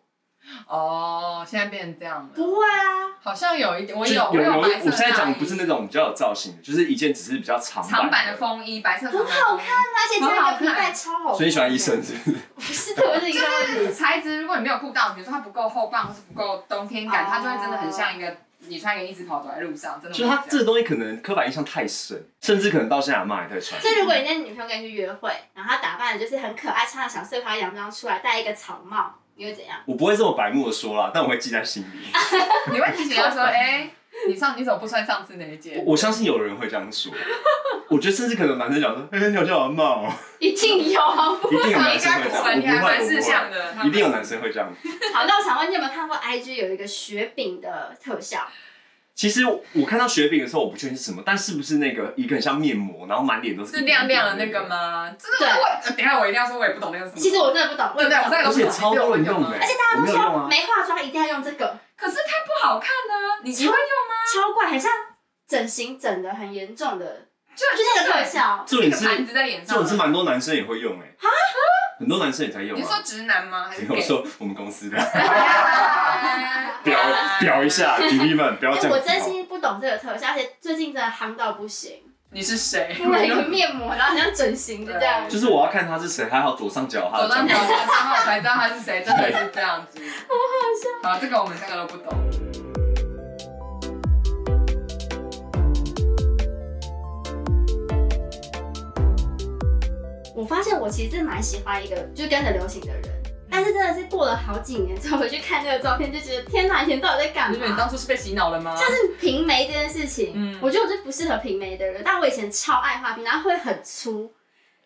Speaker 2: 哦，现在变成这样了，
Speaker 1: 不会啊，
Speaker 2: 好像有一点，我
Speaker 3: 就
Speaker 2: 有
Speaker 3: 有
Speaker 2: 有
Speaker 3: 我
Speaker 2: 白色
Speaker 3: 现在讲
Speaker 2: 大
Speaker 3: 的不是
Speaker 2: 衣
Speaker 3: 那种比较有造型的，就是一件只是比较长
Speaker 2: 长版
Speaker 3: 版
Speaker 2: 的。风衣，白色长
Speaker 1: 很
Speaker 2: 版的
Speaker 1: 好
Speaker 2: 风衣
Speaker 1: 看啊，而且
Speaker 2: 很
Speaker 1: 它
Speaker 2: 好
Speaker 1: 的皮带
Speaker 2: 看
Speaker 1: 超好看。
Speaker 3: 所以你喜欢医生？是不是？
Speaker 1: 不是，我是一个 <laughs>
Speaker 2: 就是材质，如果你没有顾到，比如说它不够厚棒，或是不够冬天感，
Speaker 1: 哦
Speaker 2: 它就会真的很像一个你穿一个一直跑走在路上，真的
Speaker 3: 就是
Speaker 2: 会
Speaker 3: 它这
Speaker 2: 这样。
Speaker 3: 个东西可能刻板印象太深，甚至可能到现在阿嬷还在穿。
Speaker 1: 所以如果人家女朋友跟你去约会，然后她打扮的就是很可爱，穿着小碎花洋装出来，戴一个草帽，你会怎样？
Speaker 3: 我不会这么白目的说啦，但我会记在心里。
Speaker 2: <laughs> 你会提醒他说，哎，你上你怎么不穿上次那一件？
Speaker 3: 我我相信有人会这样说，我觉得甚至可能有男生讲说，哎、你好像阿
Speaker 2: <laughs>
Speaker 3: 嬷哦，
Speaker 1: 一定有。啊好，
Speaker 3: 一定有
Speaker 2: 你
Speaker 3: 男
Speaker 2: 应
Speaker 3: 生
Speaker 2: 该
Speaker 3: 会这
Speaker 2: 不
Speaker 3: 样，
Speaker 2: 会，你还
Speaker 3: 我不会，
Speaker 2: 蛮
Speaker 3: 我
Speaker 2: 识相
Speaker 3: 不
Speaker 2: 的。
Speaker 3: 会，一定有男生会这样。
Speaker 1: <laughs> 那我想问，你有没有看过 IG 有一个雪饼的特效？
Speaker 3: 其实我看到雪饼的时候，我不确定是什么，但是不是那个一个很像面膜，然后满脸都是
Speaker 2: 是亮亮的那
Speaker 3: 一点
Speaker 2: 个
Speaker 3: 点？
Speaker 2: 吗？真
Speaker 1: 对
Speaker 2: 的我，呃等一下我一定要说，我也不懂那个是什么。
Speaker 1: 其实我真的不懂，我
Speaker 2: 对
Speaker 1: 也
Speaker 2: 不对？我
Speaker 1: 不
Speaker 2: 这个
Speaker 1: 懂。
Speaker 2: 都不懂
Speaker 3: 而且超多人用的、
Speaker 1: 而且大家都
Speaker 3: 我没有用
Speaker 1: 说
Speaker 3: 啊。
Speaker 1: 没化妆一定要用这个，
Speaker 2: 可是它不好看啊！你你会用
Speaker 1: 超怪，很像整形整的很严重的，
Speaker 2: 就
Speaker 1: 就那个特效。
Speaker 3: 重
Speaker 2: 一
Speaker 3: 点
Speaker 2: 个
Speaker 3: 是，
Speaker 2: 盘子在脸
Speaker 3: 这
Speaker 2: 上
Speaker 3: 种。是蛮多男生也会用哎、很多男生也在用
Speaker 2: 你是说
Speaker 3: <laughs> 啊。
Speaker 2: 直男吗？还是
Speaker 3: 我
Speaker 2: gay？
Speaker 3: 说我们公司的表
Speaker 2: <laughs> 表
Speaker 3: 表一。
Speaker 1: <laughs>
Speaker 3: 下，弟弟们不要
Speaker 1: 啊哎、
Speaker 3: 这样子哦。
Speaker 1: 我真心不懂这个特效，而且最近真的夯到不行，
Speaker 2: 你是谁？
Speaker 1: 敷了一个面膜，然后很像整形的这样。
Speaker 3: 就是我要看他是谁，还好左上角有他
Speaker 2: 走
Speaker 3: 的
Speaker 1: <laughs>
Speaker 2: 到
Speaker 3: 账
Speaker 2: 鸟
Speaker 3: 号。
Speaker 2: 的账号才知道他是谁，真的是这样子。好好笑。好，这个我们三个都不懂。
Speaker 1: 我发现我其实是蛮喜欢一个就跟着流行的人，但是真的是过了好几年之后回去看这个照片，就觉得天哪，以前到底在干
Speaker 2: 你们
Speaker 1: 嘛？
Speaker 2: 当初是被洗脑了吗？
Speaker 1: 就是平眉这件事情，
Speaker 2: 嗯
Speaker 1: 我觉得我是不适合平眉的人，但我以前超爱画平，然后会很粗，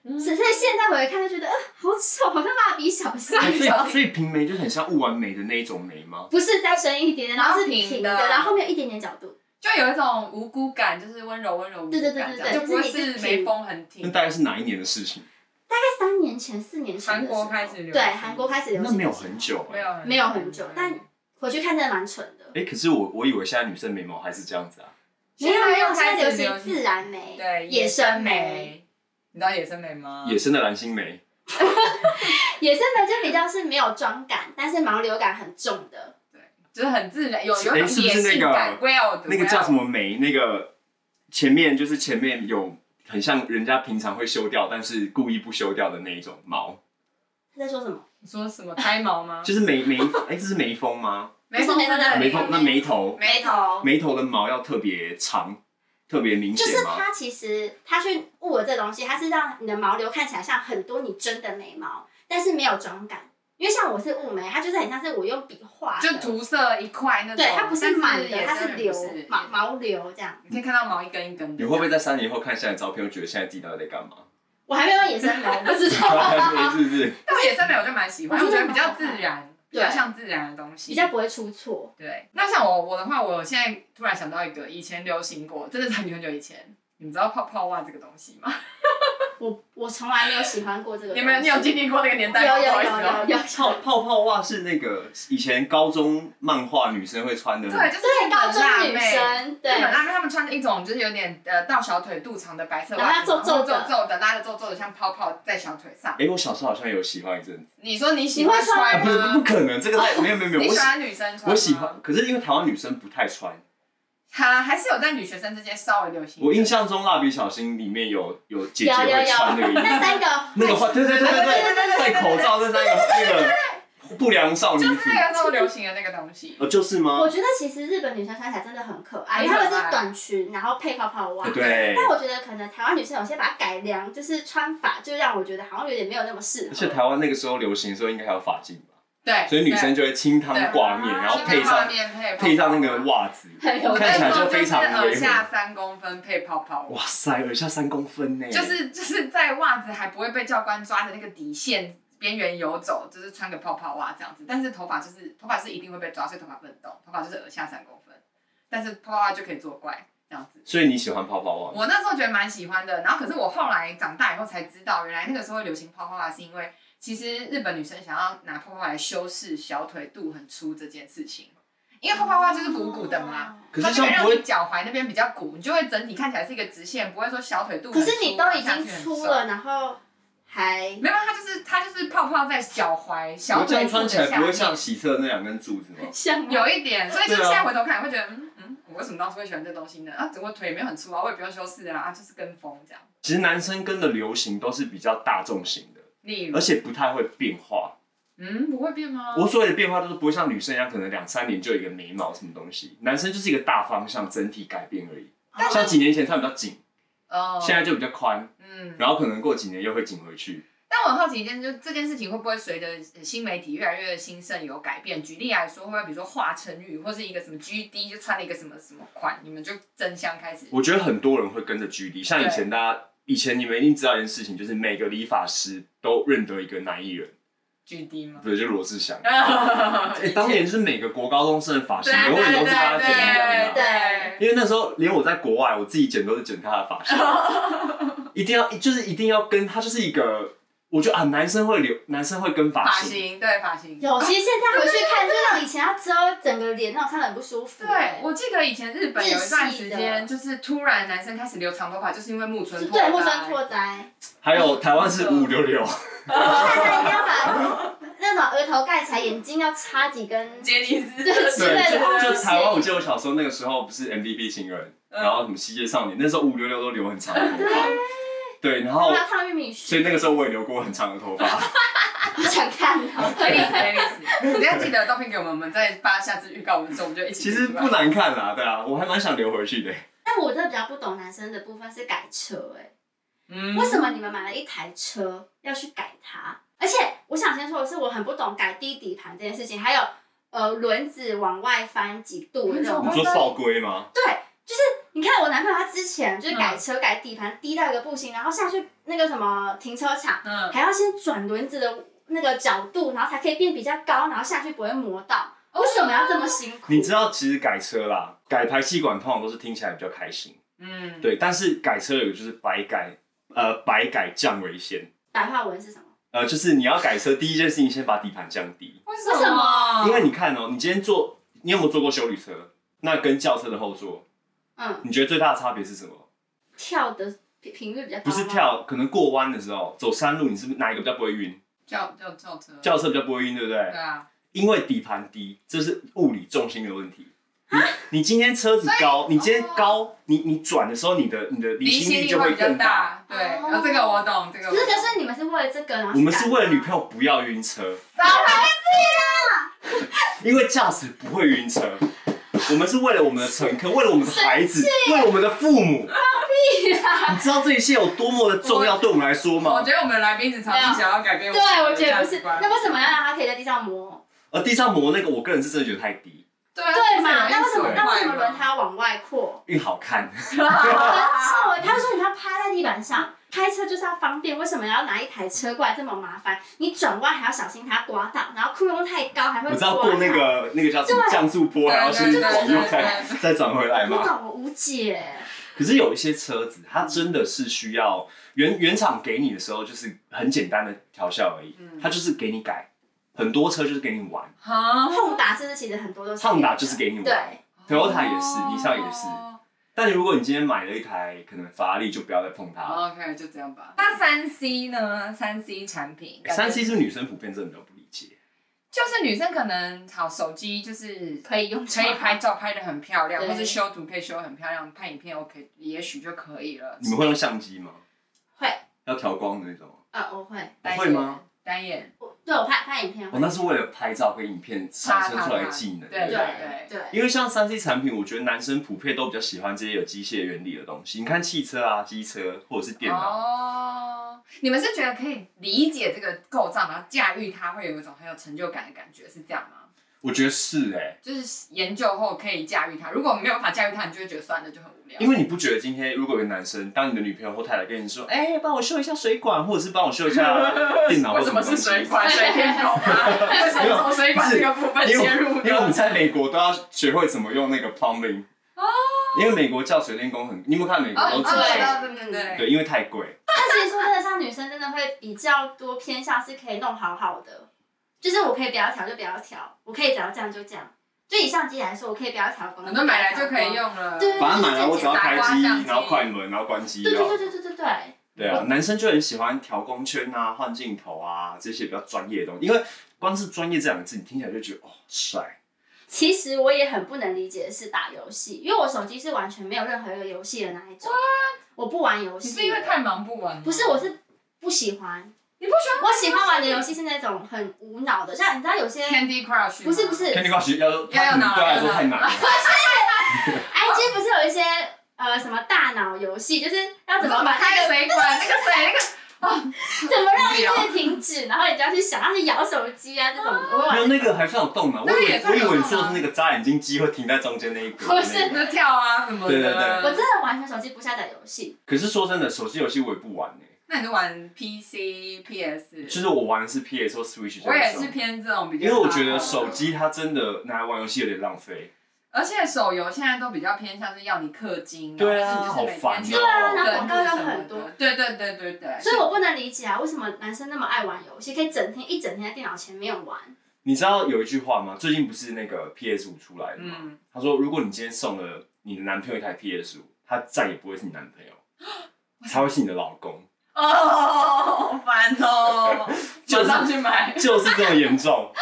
Speaker 2: 嗯
Speaker 1: 所以现在回来看就觉得，呃，好丑，好像蜡笔小新。
Speaker 2: 哎
Speaker 3: 所以所以平眉就很像雾完美的那一种眉吗？
Speaker 1: 不是再深一点点，然后是
Speaker 2: 平
Speaker 1: 平
Speaker 2: 的
Speaker 1: 的，然后后面有一点点角度。
Speaker 2: 就有一种无辜感，就是温柔温柔无辜感，
Speaker 1: 对对对对对
Speaker 2: 就不会
Speaker 1: 就是
Speaker 2: 是
Speaker 1: 你是
Speaker 2: 眉峰很
Speaker 3: 那
Speaker 2: 挺。
Speaker 3: 大概是哪一年的事情？
Speaker 1: 在三年前、四年前的时候，
Speaker 2: 韩国开始流行
Speaker 1: 对韩国开始流
Speaker 3: 那
Speaker 1: 行，
Speaker 3: 没有很久哎、
Speaker 2: 没有很
Speaker 1: 没有很久，但回去看真的蛮蠢的。
Speaker 3: 哎、可是我我以为现在女生眉毛还是这样子啊。
Speaker 1: 没有没有，现
Speaker 2: 现
Speaker 1: 在
Speaker 2: 在
Speaker 1: 流
Speaker 2: 又开始
Speaker 1: 行
Speaker 2: 流行
Speaker 1: 自然眉，
Speaker 2: 对
Speaker 1: 野生眉，
Speaker 2: 眉，你知道野生眉吗？
Speaker 1: 嗯
Speaker 3: 野生的蓝心湄，
Speaker 1: 野生眉就比较是没有妆感，但是毛流感很重的。
Speaker 2: 就是很自然，有有
Speaker 3: 哎
Speaker 2: 很
Speaker 3: 是不
Speaker 2: 野
Speaker 3: 是
Speaker 2: 性
Speaker 3: 那个
Speaker 2: 感，well 的
Speaker 3: 那个叫什？么眉？那个前面就是前面有很像人家平常会修掉，但是故意不修掉的那一种毛，
Speaker 1: 他在说什么？
Speaker 2: 你说什么胎毛吗？
Speaker 3: 就是眉眉 <laughs> 哎、这是眉峰吗？啊
Speaker 2: 眉峰
Speaker 1: 不是眉峰
Speaker 3: 眉
Speaker 1: 眉
Speaker 3: 峰
Speaker 1: 峰
Speaker 3: 那眉头，
Speaker 1: 眉头。
Speaker 3: 眉头的毛要特别长，特别明
Speaker 1: 就是
Speaker 3: 显吗？
Speaker 1: 它其实它去雾了这东西，它是让你的毛流看起来像很多你真的眉毛，但是没有妆感。因为像我是雾眉，它就是很像是我用笔画的，
Speaker 2: 就涂色一块那种，
Speaker 1: 对，它不是满
Speaker 2: 但
Speaker 1: 的，
Speaker 2: 野
Speaker 1: 它
Speaker 2: 生
Speaker 1: 是
Speaker 2: 眉
Speaker 1: 流
Speaker 2: 不是
Speaker 1: 毛毛流这样。
Speaker 2: 你可以看到毛一根一根的。
Speaker 3: 你会不会在三年后看现在的照片，会觉得现在自己到底在干嘛？
Speaker 1: 我还没有野生眉，我不知
Speaker 2: <laughs>
Speaker 1: 道，
Speaker 3: 是不是？
Speaker 2: 但我野生眉我就蛮喜欢，
Speaker 1: 我
Speaker 2: 我
Speaker 1: 觉
Speaker 2: 觉
Speaker 1: 得
Speaker 2: 得比较
Speaker 1: 蛮好
Speaker 2: 自
Speaker 1: 看
Speaker 2: 然，比
Speaker 1: 对
Speaker 2: 较像自然的东西，
Speaker 1: 比较不会出错。
Speaker 2: 对，那像我我的话，我现在突然想到一个以前流行过，真的是很久很久以前。你们知道泡泡袜这个东西吗？
Speaker 1: 我我从来没有喜欢过这个东
Speaker 2: 你
Speaker 1: 西。
Speaker 2: 们你有经历过那个年代
Speaker 1: 有
Speaker 2: 吗？
Speaker 1: 有
Speaker 2: 不好意思
Speaker 1: 有
Speaker 2: 哦
Speaker 1: 有有，
Speaker 3: 泡泡泡袜是那个以前高中漫画女生会穿的，
Speaker 2: 对，就是
Speaker 1: 对
Speaker 2: 日
Speaker 1: 高
Speaker 2: 本辣
Speaker 1: 中
Speaker 2: 妹
Speaker 1: 女生，对
Speaker 2: 日本辣妹她们穿着一种就是有点呃到小腿肚长的白色
Speaker 1: 然
Speaker 2: 袜
Speaker 1: 后
Speaker 2: 子，
Speaker 1: 皱皱的
Speaker 2: 然后皱皱的，拉的皱皱的，像泡泡在小腿上。
Speaker 3: 哎、我小时候好像有喜欢一阵子，
Speaker 2: 你说你喜
Speaker 1: 你会
Speaker 2: 欢
Speaker 1: 穿
Speaker 3: 啊、
Speaker 2: 穿
Speaker 3: 不是不
Speaker 2: 吗？
Speaker 3: 可能，这个太没有没有没有，
Speaker 2: 你
Speaker 3: 我
Speaker 2: 喜
Speaker 3: 喜
Speaker 2: 欢女生穿吗？
Speaker 3: 我喜欢，可是因为台湾女生不太穿，
Speaker 2: 哈，还是有在女学生之间稍微流行一点。
Speaker 3: 我印象中蜡笔小新里面有有姐姐
Speaker 1: 有有
Speaker 3: 会穿那
Speaker 1: 有，
Speaker 3: 个衣
Speaker 1: 那
Speaker 3: 服，
Speaker 1: 三个
Speaker 3: <laughs> 那个话对对对对对，戴口罩那三个那个不良少女
Speaker 2: 就
Speaker 3: 子
Speaker 2: 是，啊那个时候
Speaker 3: <laughs>
Speaker 2: 流行的那个东西。
Speaker 3: 哦就是吗
Speaker 1: 我？觉得其实日本女生穿起来真的很可爱，
Speaker 2: 很
Speaker 1: 因为她们
Speaker 2: 可爱
Speaker 1: 是短裙，然后配泡泡袜。
Speaker 3: 对，
Speaker 1: 但我觉得可能台湾女生有些把它改良，就是穿法，就让我觉得好像有点没有那么适
Speaker 3: 而且
Speaker 1: 合。
Speaker 3: 台湾那个时候流行的时候应该还有发巾吧，
Speaker 2: 对，
Speaker 3: 所以女生就会清汤
Speaker 2: 对
Speaker 3: 挂面，
Speaker 1: 啊
Speaker 3: 然后配上配上那个袜子，
Speaker 1: 很
Speaker 2: <laughs>
Speaker 1: 有
Speaker 3: 看起来就非常
Speaker 2: 就是耳
Speaker 3: 野
Speaker 2: 下
Speaker 3: 味。
Speaker 2: 三公分配泡泡，
Speaker 3: 哇塞，耳下三公分呢！
Speaker 2: 就是就是在袜子还不会被教官抓的那个底线边缘游走，就是穿个泡泡袜这样子。但是头发就是头发是一定会被抓，所以头发不能动，头发就是耳下三公分。但是泡泡袜就可以作怪这样子。
Speaker 3: 所以你喜欢泡泡袜？
Speaker 2: 我那时候觉得蛮喜欢的，然后可是我后来长大以后才知道，原来那个时候流行泡泡袜是因为其实日本女生想要拿泡泡来修饰小腿肚很粗这件事情，因为泡泡袜就是鼓鼓的嘛。
Speaker 3: 可
Speaker 2: 它
Speaker 3: 是
Speaker 2: 就
Speaker 3: 这
Speaker 2: 会
Speaker 3: 样
Speaker 2: 让
Speaker 3: 不
Speaker 2: 你
Speaker 3: 会，
Speaker 2: 脚踝那边比较鼓，你就会整体看起来是一个直线，不会说小腿肚
Speaker 1: 可
Speaker 2: 很粗。
Speaker 1: 是你都已经
Speaker 2: 粗
Speaker 1: 粗，了，然后还
Speaker 2: 没有，啊它就是它就是泡泡在脚踝、小
Speaker 3: 这
Speaker 2: 腿
Speaker 3: 样
Speaker 2: 肚
Speaker 3: 穿
Speaker 2: 的
Speaker 3: 起来
Speaker 2: 下
Speaker 3: 不会像
Speaker 2: 面，
Speaker 3: 洗车那两根柱子吗？
Speaker 1: 像
Speaker 2: 有一点，所以就
Speaker 3: 对啊
Speaker 2: 现在回头看，你会觉得嗯嗯，我为什么当初会喜欢这东西呢？啊，我腿也没有很粗啊，我也不用修饰啊，啊就是跟风这样。
Speaker 3: 其实男生跟的流行都是比较大众型的，
Speaker 2: 例如
Speaker 3: 而，且不太会变化。
Speaker 2: 嗯，不会变吗？
Speaker 3: 我所谓的变化就是不会像女生一样，可能两三年就有一个眉毛什么东西，男生就是一个大方向整体改变而已。
Speaker 1: 但
Speaker 3: 像几年前穿比较紧，
Speaker 2: 哦，
Speaker 3: 现在就比较宽，
Speaker 2: 嗯，
Speaker 3: 然后可能过几年又会紧回去。
Speaker 2: 但我很好奇一件事，就是这件事情会不会随着呃新媒体越来越兴盛有改变？举例来说，会不会比如说华晨宇或是一个什么 GD 就穿了一个什么什么款，你们就争相开始
Speaker 3: 我觉得很多人会跟着 GD，像以前大家，以前你们一定知道一件事情，就是每个理发师都认得一个男艺人，
Speaker 2: GD 吗？
Speaker 3: 对，就是罗志祥。 <laughs> 哎、
Speaker 2: 哎
Speaker 3: 当
Speaker 2: <laughs>
Speaker 3: 年就是每个国高中生的发型，
Speaker 2: 对
Speaker 3: 永
Speaker 2: 对
Speaker 3: 远
Speaker 2: 对
Speaker 3: 都是他剪一样的啊。
Speaker 2: 对
Speaker 3: 因为那时候连我在国外，我自己剪都是剪他的发型，
Speaker 2: <laughs>
Speaker 3: 一定要就是一定要跟他就是一个，我觉得啊，男生会留，男生会跟发
Speaker 2: 发
Speaker 3: 型，
Speaker 2: 型对发型。
Speaker 1: 有，其实现在回去看，就让以前要遮整个脸，让我看得很不舒服。
Speaker 2: 对，我记得以前日本有一段时
Speaker 1: 日系
Speaker 2: 间，
Speaker 1: 的
Speaker 2: 就是突然男生开始留长头发，就是因为木
Speaker 1: 就
Speaker 2: 村拓
Speaker 1: 对
Speaker 2: 哉。
Speaker 1: 木村拓哉，
Speaker 3: 还有台湾是五五六六，
Speaker 1: 看他一定要把那种额头盖起来，眼睛要插几根，
Speaker 2: 杰尼斯 <laughs>
Speaker 1: 对之类的
Speaker 3: <laughs> 对，就
Speaker 1: 对
Speaker 3: 就台湾，我记得我小时候那个时候不是 MVP 情人，
Speaker 2: 嗯
Speaker 3: 然后什么西街少年，那时候五五六六都留很长的头发，对，然后
Speaker 1: 要烫玉米
Speaker 3: 所
Speaker 1: 须，
Speaker 3: 以那个时候我也留过很长的头 <laughs> 发，
Speaker 1: 好想看哦。
Speaker 2: 黑历史，黑历史。你要记得照片给我们，我们再发下次预告文的时候，我们就一起。
Speaker 3: 其实不。难看啦，对啊，我还蛮想留回去的。
Speaker 1: 但我真的比较不懂男生的部分是改车、欸，哎、
Speaker 2: 嗯
Speaker 1: 为什么你们买了一台车要去改它？而且我想先说的是，我很不懂改低底盘这件事情，还有呃轮子往外翻几度的这种
Speaker 2: 轮
Speaker 1: 东
Speaker 3: 你
Speaker 2: 子
Speaker 1: 西。
Speaker 3: 说爆龟吗？
Speaker 1: 对，就是你看我男朋友他之前就是改车改底盘低到一个不行，然后下去那个什么停车场，
Speaker 2: 嗯，
Speaker 1: 还要先转轮子的那个角度，然后才可以变比较高，然后下去不会磨到。
Speaker 2: 哦
Speaker 1: 为什么要这么辛苦？
Speaker 3: 你知道，其实改车啦，改排气管通常都是听起来比较开心，
Speaker 2: 嗯，
Speaker 3: 对。但是改车有个就是百改，呃，百改降为先，
Speaker 1: 白话文是什么？
Speaker 3: 呃，就是你要改车，第一件事情先把底盘降低，
Speaker 2: 为
Speaker 1: 为什
Speaker 2: 么
Speaker 3: 因为你看哦、你今天坐，你有没有坐过修理车？那跟轿车的后座，
Speaker 1: 嗯，
Speaker 3: 你觉得最大的差别是什么？
Speaker 1: 跳的频频率比较高。
Speaker 3: 不是。跳，可能过弯的时候走山路，你是不是哪一个比较不会晕？
Speaker 2: 叫叫叫车？
Speaker 3: 轿车比较不会晕，对不对
Speaker 2: 对？啊，
Speaker 3: 因为底盘低，这是物理重心的问题。你你今天车子高，你今天高，你你转的时候，你的你的离
Speaker 2: 离
Speaker 3: 心
Speaker 2: 心
Speaker 3: 力
Speaker 2: 力
Speaker 3: 就
Speaker 2: 会比较
Speaker 3: 更大。
Speaker 2: 大。对，啊，这个我懂，这个我
Speaker 1: 哦可
Speaker 2: 懂。
Speaker 1: 是可是你们是为了这个，然后
Speaker 3: 我们是为了女朋
Speaker 1: 友。
Speaker 3: 友不要晕车，
Speaker 2: 当然
Speaker 3: 因为驾驶不会晕车。我们是为了我们的乘客，为了我们的孩子，为了我们的父母。你知道这一切有多么的重要，
Speaker 2: 我
Speaker 3: 对我们来说
Speaker 2: 我
Speaker 3: 吗？
Speaker 2: 觉得我们的来宾只尝试想要改变
Speaker 1: 对，
Speaker 2: 们的
Speaker 1: 我觉得不
Speaker 2: 价值
Speaker 1: 是。
Speaker 2: 观
Speaker 1: 那为什么要让他可以在地上磨？
Speaker 3: 而地上磨那个，我个人是真的觉得太低，
Speaker 2: 对啊
Speaker 1: 对嘛？那为什
Speaker 2: 这
Speaker 1: 么
Speaker 2: 个
Speaker 1: 那为
Speaker 2: 意
Speaker 1: 什
Speaker 2: 思
Speaker 1: 么轮胎要往外扩？
Speaker 3: 因为好
Speaker 1: <laughs>
Speaker 3: 看。啊
Speaker 1: 很臭。他说你要趴在地板上，开车就是要方便，为什么要拿一台车过来这么麻烦？你转弯还要小心它刮到，然后窟窿太高还会
Speaker 3: 我
Speaker 1: 刮
Speaker 3: 知
Speaker 1: 到。
Speaker 3: 道过那个那个叫什么
Speaker 1: 对
Speaker 3: 降速坡，还要先
Speaker 2: 对对
Speaker 3: 往右
Speaker 2: 对
Speaker 3: 再
Speaker 2: 对
Speaker 3: 再转回来
Speaker 1: 不
Speaker 3: 嘛。
Speaker 1: 懂，我无解。
Speaker 3: 可是有一些车子，它真的是需要原原厂给你的时候，就是很简单的调校而已，
Speaker 1: 嗯
Speaker 2: 嗯
Speaker 3: 它就是给你改。很多车就是给你玩，
Speaker 2: 哈
Speaker 1: 碰打是不是其实很多都是？
Speaker 3: 畅达就是给你玩
Speaker 1: 对，
Speaker 3: ，Toyota 也是，尼桑也是。
Speaker 2: 哦
Speaker 3: 但如果你今天买了一台可能法拉利，就不要再碰它
Speaker 1: 哦
Speaker 3: 了。
Speaker 2: 哦 OK，就这样吧。那三 C 呢？三 C 产品，
Speaker 3: 哎三 C 是不是女生普遍真的比较不理解，
Speaker 2: 就是女生可能好手机就是
Speaker 1: 可以用
Speaker 2: 可以拍照拍的很漂亮，
Speaker 1: 对
Speaker 2: 或是修图可以修得很漂亮，拍影片 OK，也许就可以了。
Speaker 3: 你们会用相机吗？
Speaker 1: 嗯会，
Speaker 3: 要调光的那种吗？
Speaker 1: 呃，我会，
Speaker 2: 单眼
Speaker 3: 会吗？
Speaker 2: 单眼，
Speaker 1: 我对我拍拍影片
Speaker 3: 我
Speaker 1: 会。
Speaker 3: 哦那是为了拍照跟影片产生出来的技能。
Speaker 2: 啪啪啪对
Speaker 1: 对
Speaker 2: 对
Speaker 1: 对，
Speaker 3: 因为像三 C 产品，我觉得男生普遍都比较喜欢这些有机械原理的东西。你看汽车啊、机车或者是电脑，
Speaker 2: 哦，你们是觉得可以理解这个构造，然后驾驭它，会有一种很有成就感的感觉，是这样吗？
Speaker 3: 我觉得是哎、
Speaker 2: 就是研究后可以驾驭它，如果没有办法驾驭它，你就会觉得算了，就很无聊。
Speaker 3: 因为你不觉得今天如果有个男生，当你的女朋友或太太跟你说，哎、帮我修一下水管，或者是帮我修一下 <laughs> 电脑，
Speaker 2: 为
Speaker 3: 或
Speaker 2: 什
Speaker 3: 什
Speaker 2: 么
Speaker 3: 么
Speaker 2: 是
Speaker 3: 东西
Speaker 2: 水？管水电工
Speaker 3: <laughs>
Speaker 2: 啊？为什么从水管这个部分 <laughs>
Speaker 3: 因为
Speaker 2: 切入
Speaker 3: 因为我们
Speaker 2: 呢？
Speaker 3: 在美国都要学会怎么用那个 plumbing 因为美国叫水电工很，你有没有看美国都
Speaker 2: 哦
Speaker 3: 自
Speaker 1: 哦
Speaker 3: 费？
Speaker 1: 对
Speaker 2: 对对对
Speaker 3: 对，因为太贵。
Speaker 1: 但其实说真的，像女生真的会比较多偏向是可以弄好好的，就是我可以不要调就不要调，我可以只要这样就这样。就以相机来说，我可以不要调光，
Speaker 2: 很多买来就可以。用了。
Speaker 1: 对
Speaker 3: 反正买来我只要开
Speaker 2: 打光
Speaker 3: 机，
Speaker 2: 相机
Speaker 3: 然后快门，然后关机
Speaker 1: 对对对
Speaker 3: 哦。
Speaker 1: 对对对对。
Speaker 3: 对
Speaker 2: 哦
Speaker 3: 啊，男生就很喜欢调光圈啊、换镜头啊这些比较专业的东西，因为光是专业这两个字，你听起来就觉得哦帅。
Speaker 1: 其实我也很不能理解的是打游戏，因为我手机是完全没有任何一个游戏的那一种。我不玩游
Speaker 2: 你
Speaker 1: 戏，
Speaker 2: 是因为太忙不玩吗？
Speaker 1: 不是我是不喜欢，
Speaker 2: 你不喜欢
Speaker 1: 我喜欢玩的游戏是那种很无脑的，像你知道有些
Speaker 2: Candy Crush？吗
Speaker 1: 不是不是
Speaker 3: Candy Crush 要对
Speaker 2: 要有脑
Speaker 3: 他来说
Speaker 2: 要有脑
Speaker 3: 太难了。
Speaker 1: IG 不是有一些呃什么大脑游戏，就是要怎么把那
Speaker 2: 那个
Speaker 1: 个
Speaker 2: 水管，那个水，那个
Speaker 1: 怎么让音乐停止，然后你就要去想要去摇手机啊这种，我会
Speaker 3: 没
Speaker 1: 玩。
Speaker 3: 有那个还算有动脑，我
Speaker 2: 那个
Speaker 3: 以
Speaker 2: 也
Speaker 3: 为
Speaker 2: 算
Speaker 3: 我以
Speaker 2: 有
Speaker 3: 为你
Speaker 2: 动
Speaker 3: 说的
Speaker 2: 脑
Speaker 3: 是那个扎眼睛机会停在中间那一格。
Speaker 1: 不
Speaker 3: 那
Speaker 1: 是
Speaker 3: 个
Speaker 2: 那个跳啊什么的。
Speaker 3: 对对对
Speaker 1: 我真的完全手机不下载游戏，
Speaker 3: 可是说真的，手机游戏我也不玩诶、
Speaker 2: 那你就玩 PC、PS？
Speaker 3: 就是我玩的是 PS 或 Switch
Speaker 2: 我也
Speaker 3: 这
Speaker 2: 是
Speaker 3: 种，
Speaker 2: 偏这种比较，
Speaker 3: 因为我觉得手，机它真的拿来玩游戏有点浪费。
Speaker 2: 而且手游现在都比较偏向是要你氪金，
Speaker 3: 对啊
Speaker 2: 然后就是你就是每天去
Speaker 3: 好烦哦
Speaker 1: 对啊然后广告又
Speaker 2: 登录什么的
Speaker 1: 很多，
Speaker 2: 对对对对对，
Speaker 1: 所以我不能理解啊，为什么男生那么爱玩游戏，可以整天一整天在电脑前面玩。
Speaker 3: 你知道有一句话吗？最近不是那个 PS 五出来了吗？
Speaker 2: 嗯，
Speaker 3: 他说，如果你今天送了你的男朋友一台 PS 五，他再也不会是你男朋友，他会是你的老公，
Speaker 2: 哦，好烦 <laughs> 哦，
Speaker 3: 就是
Speaker 2: 马上去买，
Speaker 3: 就是这么严重。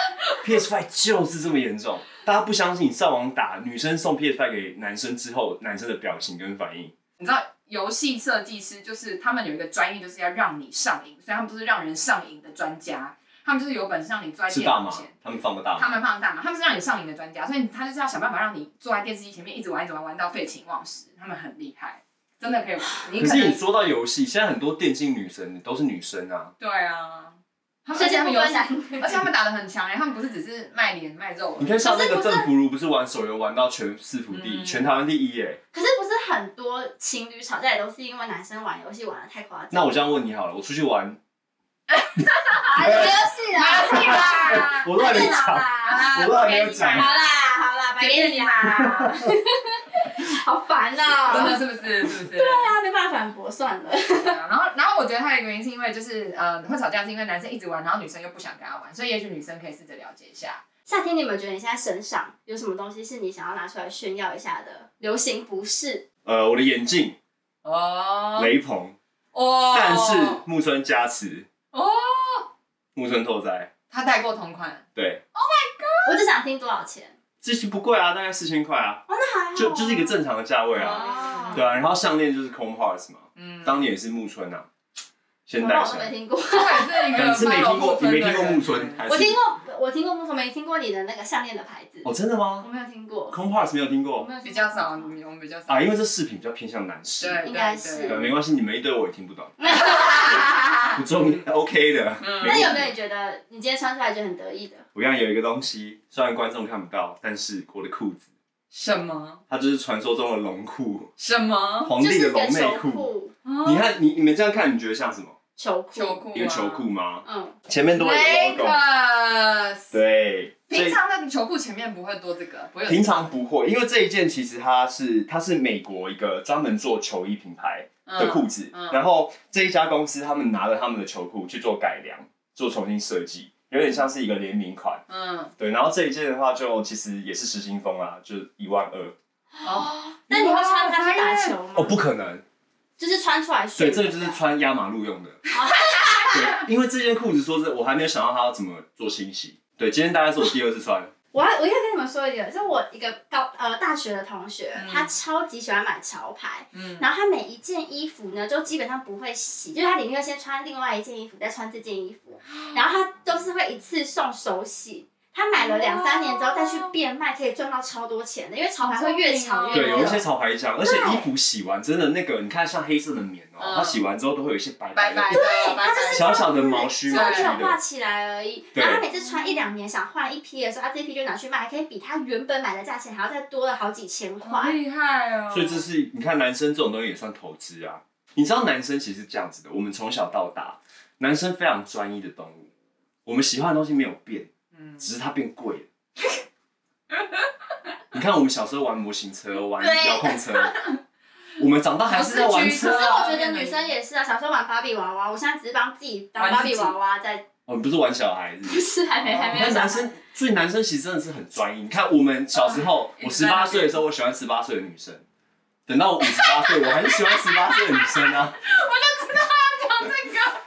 Speaker 3: PS Five 就是这么严重，大家不相信，你上网打女生送 PS Five 给男生之后，男生的表情跟反应。
Speaker 2: 你知道游戏设计师就是他们有一个专业，就是要让你上瘾，所以他们都是让人上瘾的专家。他们就是有本事让你坐在
Speaker 3: 是
Speaker 2: 电
Speaker 3: 大
Speaker 2: 脑
Speaker 3: 麻
Speaker 2: 前，，
Speaker 3: 他们放的大
Speaker 2: 他
Speaker 3: 麻。
Speaker 2: 们放大嘛，他们是让你上瘾的专家，所以他就是要想办法让你坐在电视机前面一直玩一直玩，玩到废寝忘食。他们很厉害，真的可以玩。你
Speaker 3: 可
Speaker 2: 可
Speaker 3: 是你
Speaker 2: 能
Speaker 3: 说到游戏，现在很多电竞女神都是女生啊，
Speaker 2: 对啊，他
Speaker 1: 所
Speaker 2: 们
Speaker 1: 以这
Speaker 2: 他
Speaker 1: 部
Speaker 2: 们游
Speaker 1: 分
Speaker 2: 戏，
Speaker 1: 男女
Speaker 2: 而且他们打的很强，然欸后他们不是只是卖脸卖肉
Speaker 3: 你
Speaker 2: 而已，
Speaker 3: 看像那
Speaker 1: 可是
Speaker 3: 个
Speaker 1: 不是
Speaker 3: 邓福如，不是玩手游玩到全四福第一，
Speaker 2: 嗯
Speaker 3: 全台湾第一耶。
Speaker 1: 可是不是很多情侣吵架也都是因为男生玩游戏玩的太夸张？
Speaker 3: 那我这样问你好了，我出去玩， <laughs>
Speaker 1: 啊，游戏啊，啊
Speaker 2: 屁啦！
Speaker 3: <laughs> 我乱
Speaker 1: 电脑 <laughs>
Speaker 3: 讲，
Speaker 1: 啦，
Speaker 3: 我都还没有
Speaker 1: 好
Speaker 3: 讲
Speaker 1: 啦好啦，白给你
Speaker 3: <laughs>
Speaker 1: 啦，好烦
Speaker 2: 啊真
Speaker 1: 呐、
Speaker 2: 的是不是？是不是？对啊。
Speaker 1: 那没办法反驳算了，
Speaker 2: 然后，然后我觉得他的原因是因为就是呃会吵架，是因为男生一直玩，然后女生又不想跟他玩，所以也许女生可以试着了解一下。
Speaker 1: 夏天，你有没有觉得你现在身上有什么东西是你想要拿出来炫耀一下的？流行服饰，
Speaker 3: 呃，我的眼镜
Speaker 2: 哦
Speaker 3: 雷朋，
Speaker 2: 哦，
Speaker 3: 但是木村加持，
Speaker 2: 哦，
Speaker 3: 木村拓哉，
Speaker 2: 他戴过同款，
Speaker 3: 对，
Speaker 1: 我只想听多少钱？
Speaker 3: 这些不贵啊，大概四千块啊，
Speaker 1: 哦，那还好，
Speaker 3: 就就是一个。正常的价位啊，
Speaker 1: 哦
Speaker 3: 对啊，然后项链就是 Chrome Hearts 嘛，
Speaker 2: 嗯，
Speaker 3: 当年也是木村啊，先
Speaker 1: 我
Speaker 3: 戴
Speaker 1: 我
Speaker 3: 起
Speaker 1: 都没
Speaker 3: 来，
Speaker 1: 听
Speaker 3: <laughs>
Speaker 1: 过，
Speaker 2: 他也是一
Speaker 3: 可
Speaker 2: 个
Speaker 3: 能是没听过，你没
Speaker 2: 八
Speaker 3: 听
Speaker 2: 楼
Speaker 3: 过木
Speaker 2: 木村的
Speaker 3: 村
Speaker 2: 人，
Speaker 3: 还是
Speaker 1: 我听过，我听过木头，没听过你的那个项链的牌子，
Speaker 3: 哦，真的
Speaker 1: 我
Speaker 3: 吗
Speaker 1: 没有听过，
Speaker 3: ？Chrome Hearts 没有听
Speaker 1: 我
Speaker 3: 过
Speaker 1: 没有听过
Speaker 2: 比较
Speaker 1: <laughs>
Speaker 2: 少，我们比较少
Speaker 3: 啊，因为这饰品比较偏向男士，
Speaker 2: 对，
Speaker 1: 应该是
Speaker 2: 对
Speaker 3: 对，
Speaker 2: 对
Speaker 3: 没关系，你们一堆我也听不懂，不重要 OK 的。
Speaker 2: 嗯
Speaker 1: 那有没有你觉得你今天穿出来觉得很得意的？
Speaker 3: 我刚有一个东西，虽然观众看不到，但是我的裤子，
Speaker 2: 什么
Speaker 3: 它就是传说中的龙裤，
Speaker 2: 什么
Speaker 3: 皇
Speaker 1: 就
Speaker 3: 帝
Speaker 1: 是
Speaker 3: 的
Speaker 1: 一个
Speaker 3: 龙内
Speaker 1: 球
Speaker 3: 裤。
Speaker 1: 裤，
Speaker 3: 你看，你你们这样看，你觉得像什么？
Speaker 1: 球裤，
Speaker 2: 球裤啊
Speaker 3: 一个球裤吗？
Speaker 1: 嗯，
Speaker 3: 前面多了一个 logo。
Speaker 2: Lakers，
Speaker 3: 对，所
Speaker 2: 平
Speaker 3: 以
Speaker 2: 常的球裤前面不会多这个，不会有
Speaker 3: 平常不会，因为这一件其实它是它是美国一个专门做球衣品牌的裤子，
Speaker 2: 嗯嗯
Speaker 3: 然后这一家公司他们拿了他们的球裤去做改良，做重新设计，有点像是一个联名款。
Speaker 2: 嗯，
Speaker 3: 对，然后这一件的话，就其实也是失心疯啊，就一万二。
Speaker 2: 哦，
Speaker 1: 那你会穿它去打球吗？
Speaker 3: 哦，不可能，
Speaker 1: 就是穿出来
Speaker 3: 对，
Speaker 1: 炫。
Speaker 3: 这个就是穿压马路
Speaker 2: <laughs>
Speaker 3: 用的。对，因为这件裤子，说真的，我还没有想到它要怎么做清洗。对，今天大概是我第二次穿，
Speaker 1: 我还我要跟你们说一个，就我一个高呃大学的同学，
Speaker 2: 嗯
Speaker 1: 他超级喜欢买潮牌，
Speaker 2: 嗯
Speaker 1: 然后他每一件衣服呢，就基本上不会洗，就是他里面会先穿另外一件衣服，再穿这件衣
Speaker 2: <gasps>
Speaker 1: 服，然后他都是会一次送手洗。他买了两三年之后再去变卖，可以赚到超多钱的，因为潮牌会越潮越
Speaker 3: 对，
Speaker 1: 热。
Speaker 3: 有一些潮牌讲，而且衣服洗完真的那个，你看像黑色的棉哦、
Speaker 2: 嗯
Speaker 3: 它洗完之后都会有一些白
Speaker 2: 拜
Speaker 3: 白的
Speaker 2: 拜，对，
Speaker 1: 他就是
Speaker 3: 小小的毛须
Speaker 1: 然
Speaker 3: 毛
Speaker 1: 后
Speaker 3: 须
Speaker 1: 只有挂
Speaker 3: 的。
Speaker 1: 起来而已。
Speaker 3: 对
Speaker 1: 然后他每次穿一两年，想换一批的时候，他啊这批就拿去卖，还可以比他原本买的价钱还要再多了好几千
Speaker 2: 好
Speaker 1: 块。
Speaker 2: 厉害哦，
Speaker 3: 所以这是你看，男生这种东西也算投资啊。你知道男生其实是这样子的，我们从小到大，男生非常专一的动物，我们喜欢的东西没有变，
Speaker 2: 嗯
Speaker 3: 只是它变贵了。你看我们小时候玩模型车，玩
Speaker 1: 对
Speaker 3: 遥控车，我们长大还是在玩
Speaker 1: 可
Speaker 3: 车
Speaker 1: 是
Speaker 3: 啊。
Speaker 1: 我觉得女生也是啊，小时候玩芭比娃娃，我现在只是帮自己当
Speaker 2: 玩
Speaker 1: 芭
Speaker 2: 自己
Speaker 1: 比娃娃在， <laughs>
Speaker 3: 我们哦不是玩小孩子
Speaker 1: 不。是还没还没
Speaker 3: 你
Speaker 1: 有长
Speaker 3: 看
Speaker 1: 大
Speaker 3: 男生，所以男生其实真的是很专一。你看我们小时候，
Speaker 1: 哎
Speaker 2: 嗯
Speaker 3: 我十八岁的时候，我喜欢十八岁的女生。等到我五十八岁，我还是喜欢十八岁的女生啊。
Speaker 1: <laughs>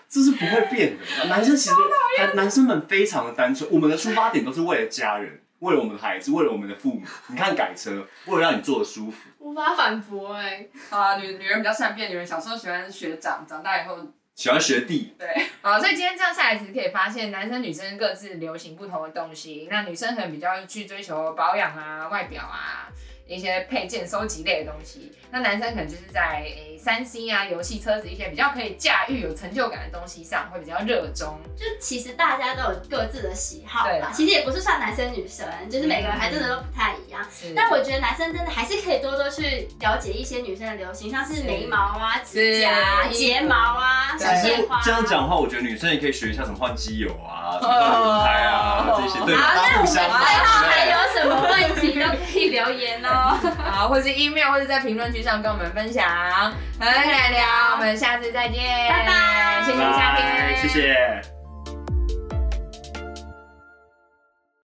Speaker 3: 这是不会变的。男生其实男男生们非常的单纯，我们的出发点都是为了家人，为了我们的孩子，为了我们的父母。你看改车，为了让你坐得舒服。
Speaker 1: 无法反驳哎。
Speaker 2: 啊，女女人比较善变，女人小时候喜欢学长，长大以后
Speaker 3: 喜欢学弟，
Speaker 2: 对。好，所以今天这样下来，其实可以发现男生女生各自流行不同的东西。那女生可能比较去追求保养啊、外表啊。一些配件收集类的东西，那男生可能就是在诶三 C 啊、游戏、车子一些比较可以驾驭、有成就感的东西上会比较热衷。
Speaker 1: 就其实大家都有各自的喜好
Speaker 2: 对
Speaker 1: 啦
Speaker 2: 啦，
Speaker 1: 其实也不是算男生女生，就是每个人还真的都不太一样。
Speaker 2: 是
Speaker 1: 但我觉得男生真的还是可以多多去了解一些女生的流行，像是眉毛啊、指甲、啊、
Speaker 2: 是
Speaker 1: 睫毛啊、
Speaker 2: 对
Speaker 1: 小
Speaker 3: 其实
Speaker 1: 鲜花、啊。
Speaker 3: 这样讲的话，我觉得女生也可以学一下什么换机油啊、什么轮胎啊这些，对吧？
Speaker 1: 哦好，
Speaker 3: 大
Speaker 1: 那
Speaker 3: 家
Speaker 1: 我
Speaker 3: 互
Speaker 1: 们最
Speaker 3: 相嘛
Speaker 1: 后
Speaker 3: 对不对
Speaker 1: 哎还有什么问题都可以留言哦。
Speaker 2: <laughs> 好，或是 email，或者在评论区上跟我们分享，很来聊，我们下次再见，
Speaker 1: 拜拜
Speaker 2: 谢谢夏天，
Speaker 3: 拜谢谢。